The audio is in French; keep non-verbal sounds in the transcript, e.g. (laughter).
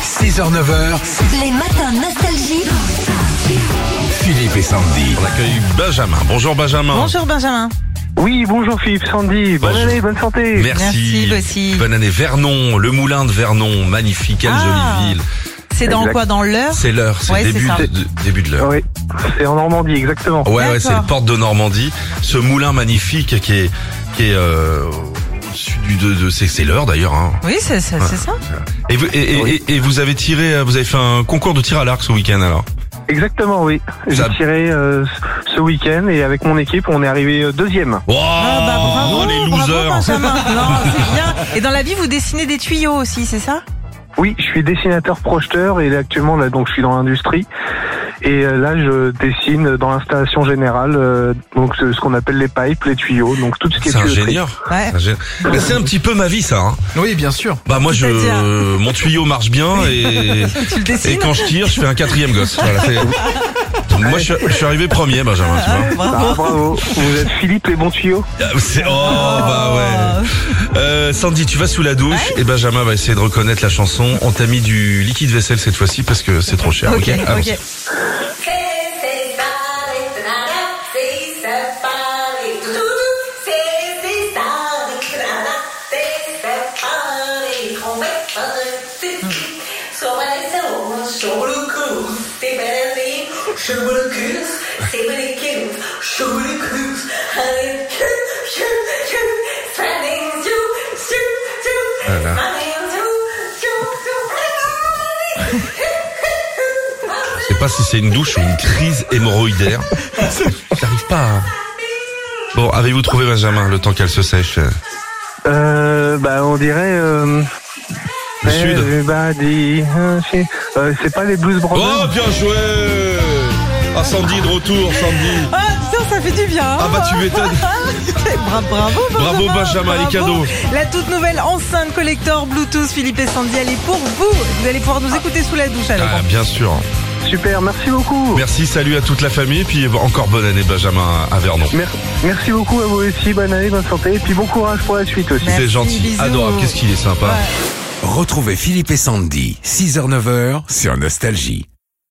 6h-9h, Les matins nostalgie. Philippe et Sandy. On accueille Benjamin. Bonjour Benjamin. Bonjour Benjamin. Oui, bonjour Philippe, Sandy, bonne Bonjour. année, bonne santé. Merci. Merci, vous aussi. Bonne année Vernon, le moulin de Vernon, magnifique, quelle Ah. jolie ville. C'est dans Exact. quoi Dans l'heure C'est l'heure, c'est Ouais, le début, c'est de, ça. de- début de l'heure. Oui, c'est en Normandie, exactement. Ouais, ouais, D'accord. c'est le porte de Normandie. Ce moulin magnifique qui est, qui est euh, au sud du- de, de- c'est, c'est l'heure d'ailleurs. hein. Oui, c'est ça. c'est ça. Et, vous, et, et- Oui. et- et vous avez tiré, euh, vous avez fait un concours de tir à l'arc ce week-end alors. Exactement, oui. J'ai Ça- tiré euh, ce week-end et avec mon équipe, on est arrivé euh, deuxième. Wow, Ah bah bravo, Oh, les bravo losers. (laughs) Benjamin. Non, c'est bien. Et dans la vie, vous dessinez des tuyaux aussi, c'est ça Oui, je suis dessinateur projeteur et actuellement là, donc je suis dans l'industrie. Et euh, là, je dessine dans l'installation générale, euh, donc ce, ce qu'on appelle les pipes, les tuyaux, donc tout ce qui est C'est tuyauterie. ingénieur. Ouais. C'est ingénieur. Mais C'est un petit peu ma vie ça. hein. Oui, bien sûr. Bah moi je, C'est-à-dire euh, mon tuyau marche (laughs) bien et. Tu le Et dessines quand je tire, je fais un quatrième gosse. Voilà, (laughs) c'est- Donc moi, je, suis- je suis arrivé premier, Benjamin. Tu vois. Ah, Bravo. bravo, vous êtes Philippe les bons tuyaux. Ah, c'est- Oh, bah Oh. ouais. Euh, Sandy, tu vas sous la douche et Benjamin va essayer de reconnaître la chanson. On t'a mis du liquide vaisselle cette fois-ci parce que c'est trop cher. Ok, Ah, Ok. ok. allons-y. C'est ça, les nanas, c'est ça, les toutous, c'est ça, les nanas, c'est ça, les trompettes, c'est sur la saison, sur le cou, c'est balancé, sur le cul, c'est balancé, sur le cul, avec cul, cul, cul, ça n'est you, you, you, ça n'est you, you, Je sais pas si c'est une douche ou une crise hémorroïdaire. J'arrive pas. hein. Bon, avez-vous trouvé Benjamin le temps qu'elle se sèche euh, Euh, bah, on dirait. Euh, Le sud. Everybody, euh, c'est- euh, c'est pas les Blues Brothers. Oh, bien joué. Ah, Sandy de retour, Sandy. Ah putain, ça fait du bien. hein. Ah bah tu m'étonnes. (laughs) Bra- bravo, Benjamin. Bravo, Benjamin, les cadeaux. La toute nouvelle enceinte collector Bluetooth Philippe et Sandy, elle est pour vous. Vous allez pouvoir nous écouter sous la douche avec. Ah, bien sûr. Super, merci beaucoup. Merci, salut à toute la famille, puis encore bonne année Benjamin à Vernon. Mer- Merci beaucoup à vous aussi, bonne année, bonne santé, et puis bon courage pour la suite aussi. C'est Merci, gentil, bisous. adorable, qu'est-ce qu'il est sympa. Ouais. Retrouvez Philippe et Sandy, 6h-9h, sur Nostalgie.